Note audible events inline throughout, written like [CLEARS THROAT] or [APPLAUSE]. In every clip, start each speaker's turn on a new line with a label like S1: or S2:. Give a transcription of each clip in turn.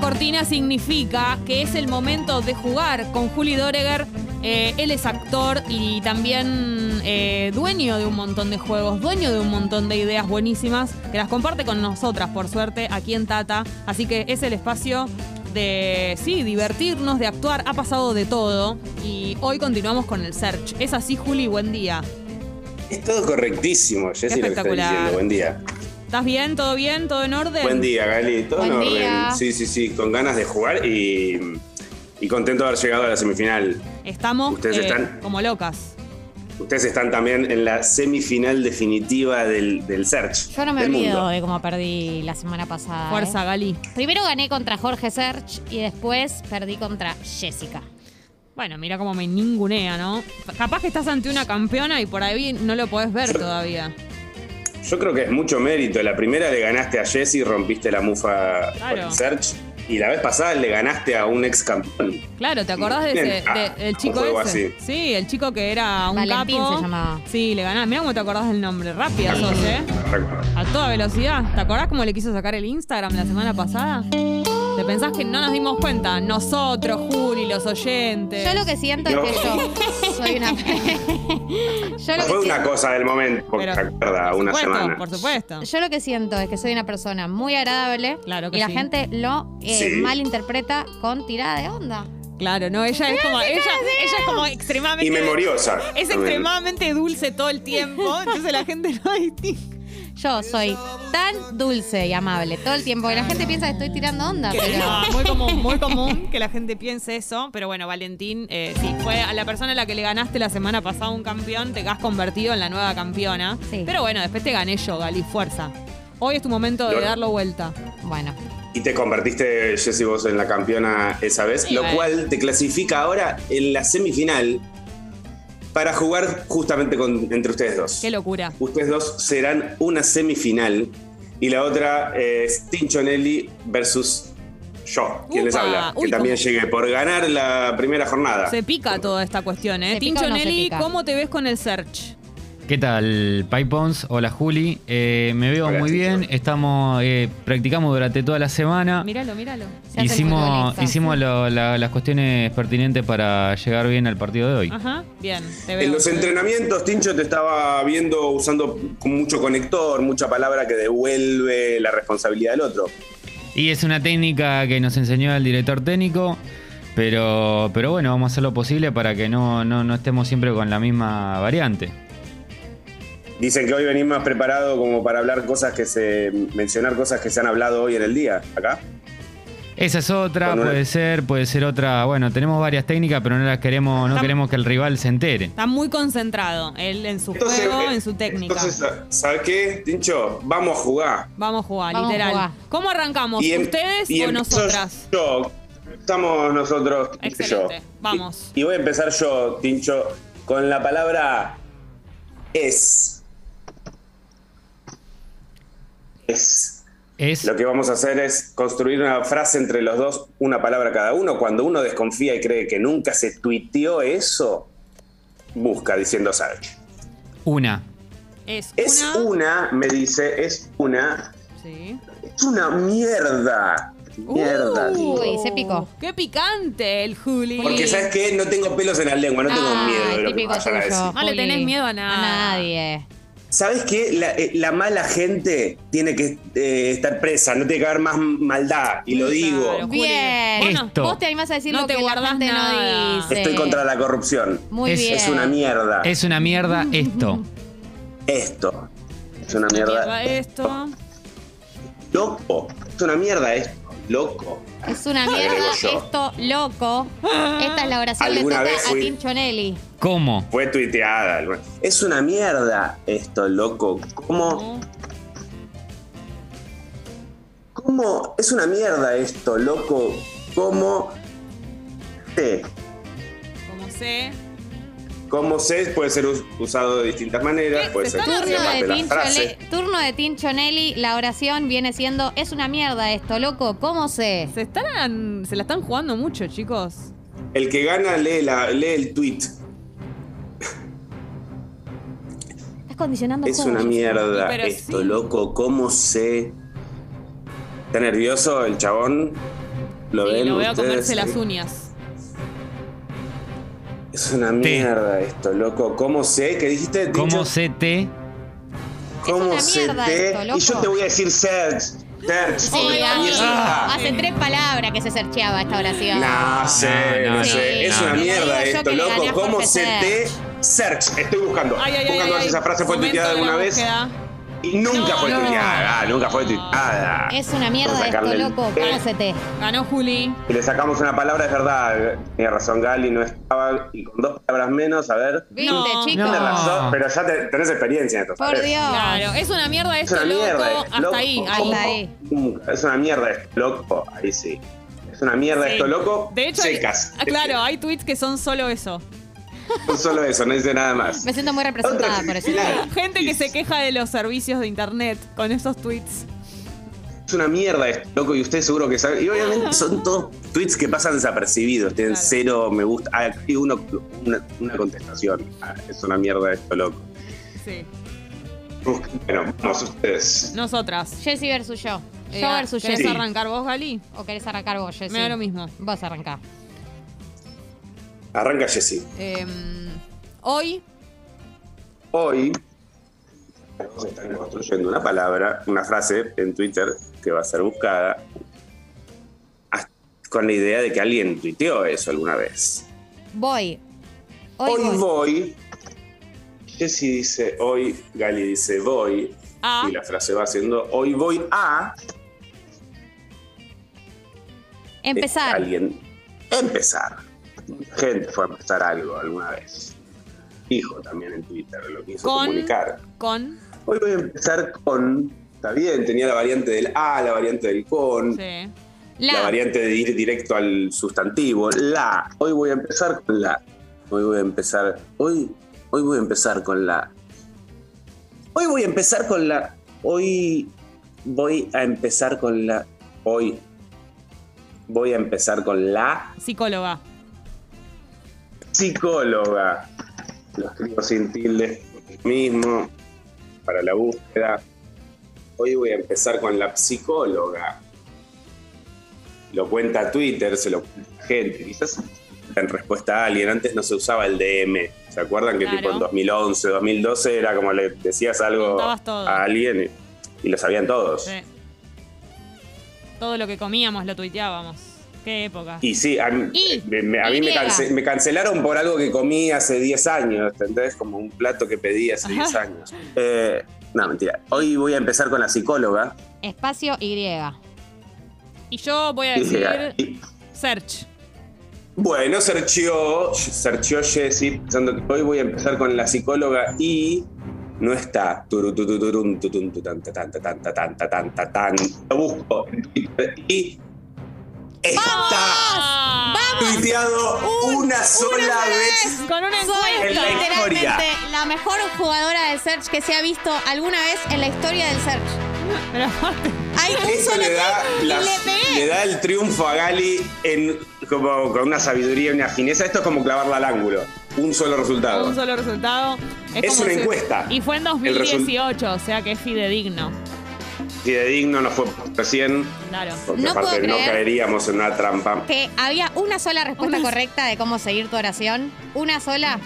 S1: Cortina significa que es el momento de jugar con Juli Doreger. Eh, él es actor y también eh, dueño de un montón de juegos, dueño de un montón de ideas buenísimas que las comparte con nosotras, por suerte, aquí en Tata. Así que es el espacio de, sí, divertirnos, de actuar. Ha pasado de todo y hoy continuamos con el search. Es así, Juli, buen día.
S2: Es todo correctísimo, Jessy, lo que estás
S1: espectacular.
S2: diciendo. Buen día.
S1: ¿Estás bien? ¿Todo bien? ¿Todo en orden?
S2: Buen día, Gali. Todo en
S3: Buen
S2: orden.
S3: día.
S2: Sí, sí, sí. Con ganas de jugar y, y contento de haber llegado a la semifinal.
S1: Estamos
S2: Ustedes
S1: eh,
S2: están-
S1: como locas.
S2: Ustedes están también en la semifinal definitiva del, del Search.
S3: Yo no me
S2: del
S3: olvido
S2: mundo.
S3: de cómo perdí la semana pasada.
S1: Fuerza,
S3: ¿eh?
S1: Galí.
S3: Primero gané contra Jorge Serch y después perdí contra Jessica.
S1: Bueno, mira cómo me ningunea, ¿no? Capaz que estás ante una campeona y por ahí no lo podés ver todavía.
S2: Yo creo que es mucho mérito. La primera le ganaste a Jessy, rompiste la mufa por
S1: Claro.
S2: el Search. Y la vez pasada le ganaste a un ex campeón.
S1: Claro, ¿te acordás de
S2: Bien.
S1: ese,
S2: Ah,
S1: de- del
S2: un
S1: chico
S2: juego
S1: ese?
S2: así.
S1: Sí, el chico que era un
S3: Valentín
S1: capo.
S3: se llamaba.
S1: Sí, le ganás. Mira cómo te acordás del nombre. Rápida sos, ¿eh?
S2: Recuerdo.
S1: A toda velocidad. ¿Te acordás cómo le quiso sacar el Instagram la semana pasada? ¿Te pensás que no nos dimos cuenta? Nosotros, Juli, los oyentes.
S3: Yo lo que siento
S2: No.
S3: es que yo
S2: [LAUGHS]
S3: soy una. [LAUGHS] yo, lo
S2: Ah, Fue
S3: que
S2: una
S3: siento,
S2: cosa del momento, porque
S1: Pero-
S2: te acuerdas,
S1: por
S2: una
S1: supuesto,
S2: semana.
S1: Por supuesto.
S3: yo lo que siento es que soy una persona muy agradable
S1: Claro que
S3: y la
S1: sí.
S3: gente lo eh,
S2: Sí.
S3: malinterpreta con tirada de onda.
S1: Claro, no, ella es como. Ella, ella es como extremadamente.
S2: Y memoriosa.
S1: Es
S2: también.
S1: extremadamente dulce todo el tiempo, entonces la gente no distingue.
S3: Yo soy tan dulce y amable todo el tiempo que la gente piensa que estoy tirando onda, pero.
S1: [LAUGHS] No, muy común, muy común que la gente piense eso, pero bueno, Valentín, eh, sí, fue a la persona a la que le ganaste la semana pasada un campeón, te has convertido en la nueva campeona.
S3: Sí.
S1: Pero bueno, después te gané yo, Gali, fuerza. Hoy es tu momento de
S2: Lo-
S1: darlo vuelta.
S3: Bueno,
S2: Y te convertiste, Jessy, vos en la campeona esa vez,
S1: Sí,
S2: lo
S1: bueno.
S2: cual te clasifica ahora en la semifinal para jugar justamente con, entre ustedes dos.
S1: Qué locura.
S2: Ustedes dos serán una semifinal y la otra es Tinchonelli versus yo, quien les
S1: Upa,
S2: habla, que
S1: uy,
S2: también
S1: cómo-
S2: llegué por ganar la primera jornada.
S1: Se pica toda esta cuestión, ¿eh?
S3: ¿Se pica
S1: Tincho
S3: o no se
S1: Nelly,
S3: pica?
S1: ¿cómo te ves con el search?
S4: ¿Qué tal, Pipons? Hola, Juli. Eh, me veo
S2: Hola,
S4: muy bien.
S2: chicos.
S4: Estamos eh, practicamos durante toda la
S2: Ah.
S4: semana.
S1: Míralo, míralo.
S3: se hacen
S4: Hicimos,
S3: futbolistas.
S4: hicimos lo- la- las cuestiones pertinentes para llegar bien al partido de hoy.
S1: Ajá, bien, te veo.
S2: En los entrenamientos, Tincho te estaba viendo usando con mucho conector, mucha palabra que devuelve la responsabilidad del otro.
S4: Y es una técnica que nos enseñó el director técnico, pero, pero bueno, vamos a hacer lo posible para que no, no, no estemos siempre con la misma variante.
S2: Dicen que hoy venís más preparado como para hablar cosas que se. mencionar cosas que se han hablado hoy en el día, acá.
S4: Esa es otra,
S2: Bueno,
S4: puede
S2: eh.
S4: ser, puede ser otra. Bueno, tenemos varias técnicas, pero no las queremos, no
S1: Tam-
S4: queremos que el rival se entere.
S1: Está muy concentrado, él en su juego, en su técnica.
S2: eh, Entonces, ¿sabes qué, Tincho? Vamos a jugar.
S1: Vamos a jugar,
S3: Vamos a
S1: literal.
S3: jugar.
S1: ¿Cómo arrancamos?
S2: em-
S1: ¿Ustedes
S2: y
S1: o
S2: empiezo
S1: nosotras?
S2: Yo. Estamos nosotros, Tincho y yo.
S1: Excelente. Vamos.
S2: Y, y voy a empezar yo, Tincho, con la palabra es. Es.
S4: Es
S2: Lo que vamos a hacer es construir una frase entre los dos, una palabra cada uno. Cuando uno desconfía y cree que nunca se tuiteó eso, busca diciendo Sarge.
S4: una.
S1: Es,
S2: Es
S1: una.
S2: una, me dice, es una.
S1: Sí.
S2: Es una mierda. Mierda,
S1: Uh,
S2: tío.
S3: Uy, se picó.
S1: ¡Qué picante el Juli!
S2: Porque sabes qué, no tengo pelos en la lengua, no tengo
S3: Ah,
S2: miedo de lo que
S3: típico
S2: vayan a
S3: tuyo,
S2: decir.
S1: No le
S3: Juli.
S1: tenés miedo a nada.
S3: A nadie.
S2: ¿Sabes qué? La, eh, la mala gente tiene que eh, estar presa, no tiene que haber más maldad. Y lo
S1: Claro.
S2: digo,
S1: Juli.
S3: Bien.
S1: Bueno,
S4: Esto.
S3: Vos te animás a decir
S1: No
S3: lo
S1: te
S3: que la
S1: guardás
S3: gente
S1: nada.
S3: no dice.
S2: estoy contra la corrupción.
S3: Muy
S4: Es-
S3: bien.
S2: Es una mierda.
S4: Es una mierda esto.
S2: esto. Es una
S1: mierda
S2: mierda.
S1: esto.
S2: Loco. Es una mierda esto. Loco.
S3: Es una
S2: Agrego
S3: mierda
S2: yo.
S3: esto loco. Esta es la oración que
S2: Alguna
S3: toca
S2: vez
S3: a
S2: fui-
S3: Tinchonelli.
S4: ¿Cómo?
S2: Fue tuiteada. alguna- Es una mierda esto, loco. ¿Cómo?
S1: No.
S2: ¿Cómo? Es una mierda esto, loco. ¿Cómo? Te.
S1: Como sé.
S2: Como se puede ser us- usado de distintas maneras,
S1: ¿Qué?
S2: puede ser
S1: Se está
S2: que sea parte de
S3: Turno de,
S2: la
S3: Tinchonelli,
S2: frase.
S3: turno de Tinchonelli. La oración viene siendo: Es una mierda esto loco. ¿Cómo sé?
S1: Se, están, se la están jugando mucho, chicos.
S2: El que gana lee, la, lee el tweet.
S3: Estás condicionando el
S2: Es
S3: juego.
S2: una mierda
S1: Pero
S2: esto,
S1: sí.
S2: loco. ¿Cómo se. Está nervioso el chabón. Lo
S1: Sí,
S2: ven
S1: lo veo
S2: ustedes,
S1: comerse las
S2: ¿sí?
S1: uñas.
S2: Es una mierda esto, loco. ¿Cómo sé? ¿Qué dijiste? Dicho-
S4: ¿Cómo CT?
S2: ¿Cómo
S3: Es una
S2: se
S3: mierda
S2: te?
S3: esto, loco.
S2: Y yo te voy a decir Serge. Serge.
S3: Sí,
S1: Ay,
S2: Y
S3: Dani,
S1: Dios.
S2: eso está.
S3: Ah. hace tres palabras que se cercheaba esta oración.
S2: No sé,
S4: No,
S2: no,
S4: no,
S2: sé.
S4: no,
S2: es
S4: no.
S2: una
S4: Te lo
S2: mierda
S3: digo yo
S2: esto,
S3: que le
S2: loco.
S3: gané a
S2: ¿Cómo
S3: Jorge
S2: se te? Serge, estoy buscando.
S1: Ay, ay, ay,
S2: buscando
S1: ay,
S2: si esa
S1: ay.
S2: frase fue
S1: Momento
S2: tuiteada
S1: de la
S2: alguna vez.
S1: búsqueda.
S2: Y nunca fue
S3: No.
S2: tuiteada, ah, nunca fue tuiteada.
S3: Es una
S2: Por
S3: mierda esto,
S2: sacarle el
S3: loco.
S2: té.
S3: ¿Cómo se te?
S1: Ganó Juli.
S2: Y le sacamos una palabra, es verdad. Tiene razón Gali, no estaba. Y con dos palabras menos, a ver.
S3: ¿Viste,
S1: No.
S3: chicos?
S2: Tiene
S4: No.
S2: razón, pero ya te- tenés experiencia en esto.
S3: Por
S2: ¿sabes?
S3: Dios.
S1: Claro, es una mierda
S2: Es
S1: esto,
S2: una mierda.
S1: loco.
S2: esto,
S1: Hasta
S2: loco.
S1: ahí, ahí.
S2: ¿Cómo?
S3: Hasta ahí.
S2: Nunca. Es una mierda esto, loco. Ahí sí. Es una mierda
S1: Sí.
S2: esto, loco.
S1: De hecho,
S2: secas.
S1: hay- ah,
S2: [LAUGHS]
S1: claro, hay tweets que son solo eso.
S2: No solo eso, no dice nada más.
S3: Me siento muy
S2: Otra
S3: representada por eso.
S2: semifinal.
S1: [LAUGHS] Gente que se
S2: Es-
S1: queja de los servicios de internet con esos tweets.
S2: Es una mierda esto, loco, y ustedes seguro que saben. Y obviamente son todos tweets que pasan desapercibidos, tienen
S1: Claro.
S2: cero me gusta. Ah, Hay uno, una, una contestación. Ah, es una mierda esto, loco.
S1: Sí.
S2: Uf, Bueno, vamos ustedes.
S1: Nosotras.
S3: Jessy versus yo. Yo
S1: Eh,
S3: versus
S1: ¿Querés
S2: Sí.
S3: Jessy.
S1: arrancar vos, Gali?
S3: ¿O querés arrancar vos, Jessy?
S1: Me da lo mismo.
S3: Vos arrancá.
S2: Arranca Jessy.
S1: Em, hoy,
S2: Hoy se están construyendo una palabra, una frase en Twitter que va a ser buscada hasta- con la idea de que alguien tuiteó eso alguna vez.
S3: Voy. Hoy,
S2: Hoy,
S3: voy.
S2: voy. Jessy dice hoy, Gali dice voy.
S3: Ah.
S1: a.
S2: Y la frase va siendo hoy voy a
S3: Empezar.
S2: alguien empezar. Mucha gente fue a empezar algo alguna vez. Dijo también en Twitter, lo quiso
S1: Con-
S2: comunicar.
S1: Con.
S2: Hoy voy a empezar con. Está bien, tenía la variante del a, la variante del con,
S1: Sí.
S2: la.
S3: La.
S2: variante de ir directo al sustantivo, la. Hoy voy a empezar con la. Hoy voy a empezar. Hoy, hoy voy a empezar con la. Hoy voy a empezar con la. Hoy voy a empezar con la. Hoy voy a empezar con la
S1: Psicóloga.
S2: psicóloga. Lo escribo sin tildes mismo para la búsqueda. Hoy voy a empezar con la psicóloga. Lo cuenta Twitter, se lo cuenta la gente. Quizás en respuesta a alguien. Antes no se usaba el DM. ¿Se acuerdan que
S1: Claro.
S2: tipo en 2011, 2012 era como le decías algo
S1: Contabas todo.
S2: a alguien y, y lo sabían todos?
S1: Sí. Todo lo que comíamos lo tuiteábamos. Qué época.
S2: Y sí, a mí, eh,
S3: Y,
S2: me- me, a mí me,
S3: Y.
S2: cance- me cancelaron por algo que comí hace 10 años, ¿entendés? Como un plato que pedí hace 10 años. Eh, no, mentira. Hoy voy a empezar con la psicóloga.
S3: Espacio Y.
S1: Y yo
S2: [LAUGHS]
S1: voy a decir. Search.
S2: Bueno, Sergio, Sergio Jessy, pensando que hoy voy a empezar con la psicóloga y no está. Turu, tu, tu, turum, tu, tum, tu, tan, ta, tan, ta, tan, ta, tan, ta, tan, ta, tan. Lo busco en Twitter y está
S1: ¡Ah!
S2: tuiteado una sola vez.
S1: Con una
S3: Soy
S2: En la
S1: encuesta.
S3: literalmente
S2: historia.
S3: la mejor jugadora de Search que se ha visto alguna vez en la historia del Search.
S1: Pero aparte,
S3: Hay un
S2: Eso
S3: solo
S2: le da,
S3: tip y
S2: la-
S3: le pegué.
S2: le da el triunfo a Gali en, como, con una sabiduría y una fineza. Esto es como clavarla al ángulo. Un solo resultado.
S1: un solo resultado.
S2: Es
S1: como
S2: una encuesta.
S1: Y fue en
S2: El resu-
S1: 2018, o sea que es fidedigno.
S2: Si de digno nos fue recién,
S1: Claro.
S2: porque
S3: No
S2: aparte
S3: puedo
S2: no
S3: creer.
S2: caeríamos en una trampa.
S3: Que había una sola respuesta
S1: Una-
S3: correcta de cómo seguir tu oración. Una sola.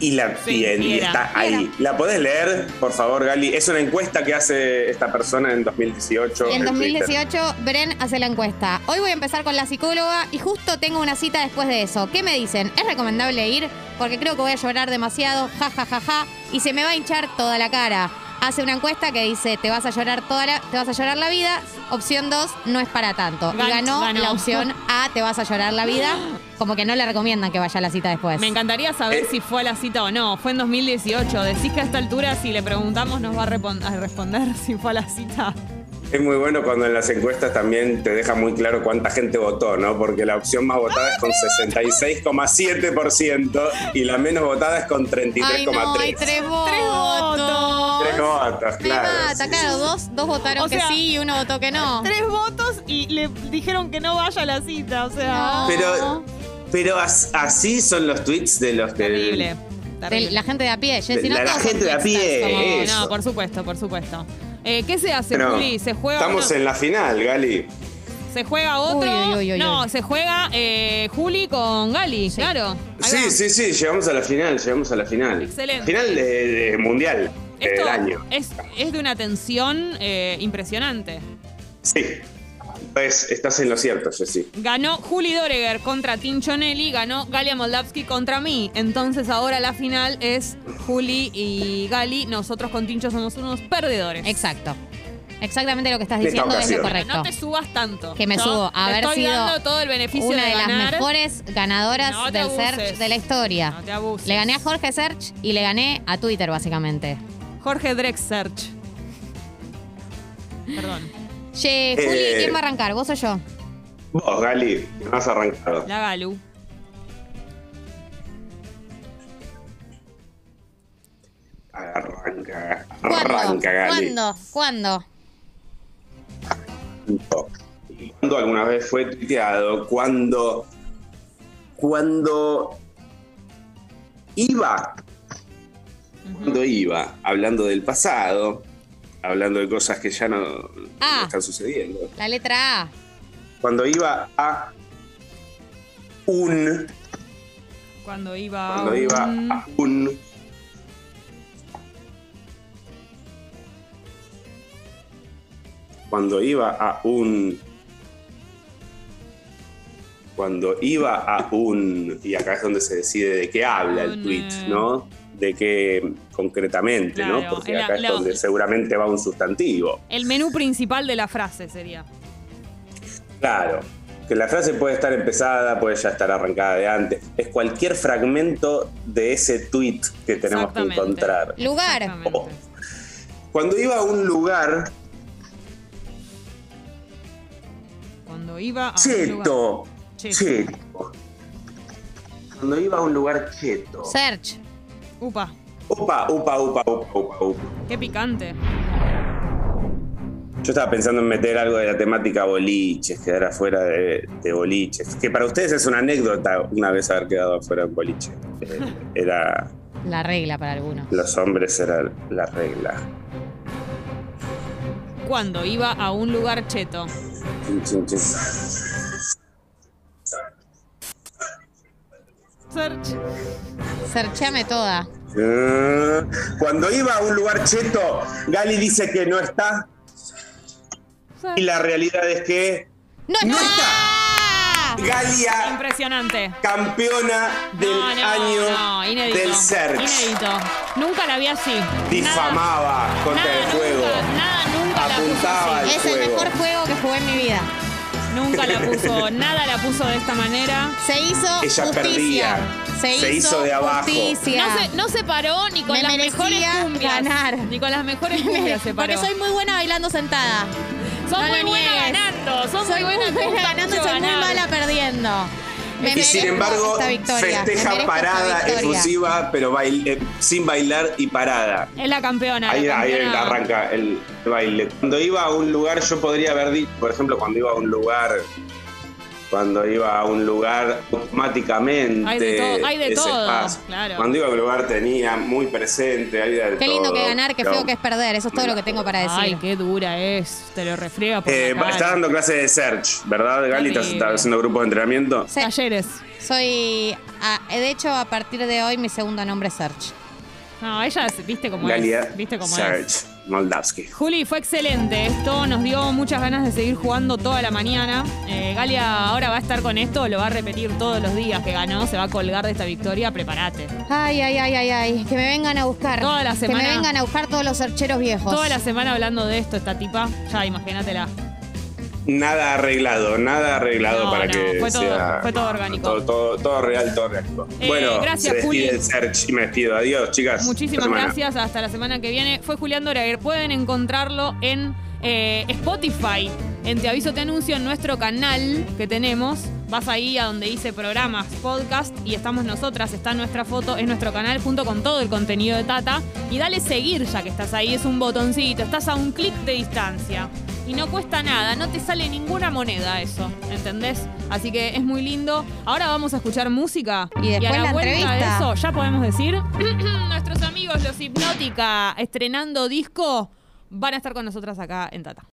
S2: Y, la,
S1: Sí,
S2: y en- y
S1: era,
S2: está ahí. ¿La podés leer, por favor, Gali? Es una encuesta que hace esta persona en 2018.
S3: En
S2: Twitter.
S3: 2018, Bren hace la encuesta. Hoy voy a empezar con la psicóloga y justo tengo una cita después de eso. ¿Qué me dicen? ¿Es recomendable ir? Porque creo que voy a llorar demasiado, ja, ja, ja, ja, y se me va a hinchar toda la cara. Hace una encuesta que dice, te vas a llorar toda la, te vas a llorar la vida. Opción 2, no es para tanto. Y
S1: Gan-
S3: ganó,
S1: ganó.
S3: la opción A, te vas a llorar
S1: [GASPS]
S3: la vida. Como que no le recomiendan que vaya a la cita después.
S1: Me encantaría saber
S2: Eh.
S1: si fue a la cita o no. Fue en 2018. Decís que a esta altura, si le preguntamos, nos va a, repon- a responder [LAUGHS] si fue a la cita.
S2: Es muy bueno cuando en las encuestas también te deja muy claro cuánta gente votó, ¿no? Porque la opción más votada es con 66,7% y la menos votada es con 33,3%.
S3: Ay, no, hay tres votos.
S2: Tres votos,
S3: Me
S2: claro.
S3: mata,
S2: sí,
S3: claro,
S2: sí.
S3: dos, dos votaron
S1: O
S3: que
S1: sea,
S3: sí y uno votó que no.
S1: Tres votos y le dijeron que no vaya a la cita. O sea.
S3: No.
S2: Pero, pero as- así son los tweets de los que...
S1: Terrible.
S3: De
S1: terrible.
S3: la gente de a pie, Jessy,
S2: De
S3: no
S2: la- la
S3: todos son
S2: gente de a
S3: textas,
S2: pie,
S3: como-
S2: eh.
S1: No,
S2: eso.
S1: por supuesto, por supuesto. Eh, ¿Qué se hace,
S2: Bueno,
S1: Juli? ¿Se juega? o
S2: Estamos
S1: no?
S2: en la final, Gali.
S1: Se juega otro.
S3: Uy, uy, uy, uy,
S1: no,
S3: uy.
S1: se juega eh, Juli con Gali, claro. Ahí
S2: Sí,
S1: va.
S2: sí, sí, llegamos a la final, llegamos a la final.
S1: Excelente.
S2: Final de, de mundial eh,
S1: Esto
S2: del año.
S1: Es, es de una tensión eh, impresionante.
S2: Sí. Pues estás en lo cierto, Jessy.
S1: Ganó Juli Doreger contra Tinchonelli, ganó Galia Moldavsky contra mí. Entonces ahora la final es Juli y Gali. Nosotros con Tincho somos unos perdedores.
S3: Exacto. Exactamente lo que estás
S2: Esta
S3: diciendo es lo
S2: ocasión.
S1: No
S3: correcto.
S1: te subas tanto.
S3: Que me
S1: Yo
S3: subo.
S1: te
S3: Haber
S1: estoy
S3: sido
S1: dando todo el beneficio
S3: Una de las
S1: ganar.
S3: mejores ganadoras
S1: No te
S3: del
S1: abuses.
S3: Search de la historia.
S1: No te abuses.
S3: Le gané a Jorge Search y le gané a Twitter, básicamente.
S1: Jorge Drex Search. Perdón,
S3: Che, Juli,
S2: Eh.
S3: ¿quién va a arrancar? ¿Vos o yo?
S2: Vos, Gali, que no has arrancado.
S1: la Galu.
S2: Arranca,
S3: ¿Cuándo?
S2: arranca, Gali.
S3: ¿Cuándo? ¿Cuándo?
S2: Cuando alguna vez fue tuiteado, cuando. Cuando. Iba. Cuando iba, hablando del pasado, hablando de cosas que ya no, no
S3: Ah.
S2: están sucediendo.
S3: La letra A.
S2: Cuando iba a. Un.
S1: Cuando iba.
S2: Cuando Pues iba
S1: un-
S2: a un. Cuando iba a un. Cuando iba a un. Y acá es donde se decide de qué habla el
S1: Un,
S2: tweet,
S1: eh,
S2: ¿no? De qué concretamente, ¿no?
S1: Claro,
S2: Porque
S1: la-
S2: acá es
S1: la-
S2: donde seguramente va un sustantivo.
S1: El menú principal de la frase sería.
S2: Claro. Que la frase puede estar empezada, puede ya estar arrancada de antes. Es cualquier fragmento de ese tweet que tenemos que
S1: Exactamente.
S2: encontrar.
S3: Lugar.
S1: Exactamente.
S2: Oh. Cuando iba a un lugar
S1: Cuando iba a. un lugar.
S2: cheto,
S1: Cheto.
S2: cheto. Cuando iba a un lugar cheto.
S3: Search.
S1: Upa,
S2: Upa, upa, upa, upa, upa, upa.
S1: qué picante.
S2: Yo estaba pensando en meter algo de la temática boliches, quedar afuera de, de boliches. Que para ustedes es una anécdota una vez haber quedado afuera de un boliche. Eh, Era.
S3: La regla para algunos.
S2: Los hombres era la regla.
S1: Cuando iba a un lugar cheto.
S2: Chin, chin, chin.
S1: Search.
S3: Searchame toda.
S2: Ah, Cuando iba a un lugar cheto, Gali dice que no está. Y la realidad es que
S3: ¡No está!
S2: ¡No Galia
S1: Impresionante.
S2: campeona del
S1: No, no,
S2: año
S1: no, inédito.
S2: del search.
S1: Inédito. Nunca la vi así.
S2: Difamaba contra
S1: Nada,
S2: el juego.
S1: nunca, nada, nunca la puso
S2: Apuntaba
S1: así.
S2: al
S3: Es el
S2: juego.
S3: mejor juego que jugué en mi vida.
S1: Nunca
S2: [LAUGHS]
S1: la puso, nada la puso de esta manera.
S3: Se hizo
S2: Ella
S3: justicia.
S2: perdía.
S3: Se,
S2: Se
S3: hizo
S2: hizo de abajo.
S1: [LAUGHS]
S3: Justicia.
S1: No se, no se paró ni con
S3: Me
S1: las
S3: merecía
S1: mejores cumbias.
S3: ganar.
S1: Ni con las mejores
S3: [LAUGHS]
S1: cumbias se paró.
S3: Porque soy muy buena bailando sentada.
S1: Sos
S3: no
S1: muy
S3: lo
S1: buena
S3: niegues.
S1: ganando. Sos
S3: soy
S1: muy buena, te gusta
S3: ganando,
S1: mucho
S3: soy muy
S1: ganar.
S3: mala perdiendo. Me
S2: Y sin
S3: merezco
S2: embargo,
S3: esta victoria. Me merezco
S2: festeja
S3: esta
S2: parada,
S3: victoria.
S2: efusiva, pero bail- eh, sin bailar y parada.
S1: Es la campeona.
S2: Ahí,
S1: la
S2: ahí
S1: campeona.
S2: arranca el baile. Cuando iba a un lugar, yo podría haber dicho, por ejemplo, cuando iba a un lugar, cuando iba a un lugar automáticamente.
S1: Hay de todo, hay de
S2: ese
S1: todo,
S2: espacio.
S1: claro.
S2: Cuando iba a un lugar tenía muy presente, había de
S3: Qué lindo
S2: todo.
S3: que ganar, qué
S2: No.
S3: feo que es perder. Eso es todo lo que tengo para decir.
S1: Ay, qué dura es. Te lo refriega por
S2: Eh,
S1: la cara.
S2: estás dando clases de search, ¿verdad, Gali? ¿Estás,
S1: Terrible.
S2: estás haciendo grupos de entrenamiento?
S3: Sí,
S1: Talleres.
S3: soy. ah, de hecho, a partir de hoy, mi segundo nombre es Search.
S1: No, ella es- viste cómo
S2: Galia
S1: es. Viste cómo
S2: Search,
S1: es.
S2: Moldavsky.
S1: Juli, fue excelente. Esto nos dio muchas ganas de seguir jugando toda la mañana. Eh, Galia ahora va a estar con esto, lo va a repetir todos los días que ganó, se va a colgar de esta victoria. Prepárate.
S3: Ay, ay, ay, ay, ay. Que me vengan a buscar.
S1: Toda la semana.
S3: Que me vengan a buscar todos los searcheros viejos.
S1: Toda la semana hablando de esto, esta tipa. Ya, imagínatela.
S2: Nada arreglado, nada arreglado
S1: No,
S2: para
S1: no,
S2: que
S1: fue todo-
S2: sea-
S1: fue todo orgánico.
S2: Todo, todo- todo real, todo orgánico.
S1: Eh,
S2: bueno,
S1: gracias,
S2: se despide
S1: Juli.
S2: el Search y me despido. Adiós, chicas.
S1: Muchísimas
S2: Hasta mañana.
S1: gracias. Hasta la semana que viene. Fue Julián Doraguer. Pueden encontrarlo en eh, Spotify. En Te Aviso Te Anuncio, en nuestro canal que tenemos. Vas ahí a donde dice programas, podcast y estamos nosotras. Está nuestra foto en nuestro canal junto con todo el contenido de Tata. Y dale seguir ya que estás ahí. Es un botoncito. Estás a un clic de distancia. Y no cuesta nada, no te sale ninguna moneda eso, ¿entendés? Así que es muy lindo. Ahora vamos a escuchar música.
S3: Y después
S1: a la,
S3: la
S1: vuelta de
S3: entrevista.
S1: eso, ya podemos decir, [CLEARS THROAT] nuestros amigos Los Hipnótica, estrenando disco, van a estar con nosotras acá en Tata.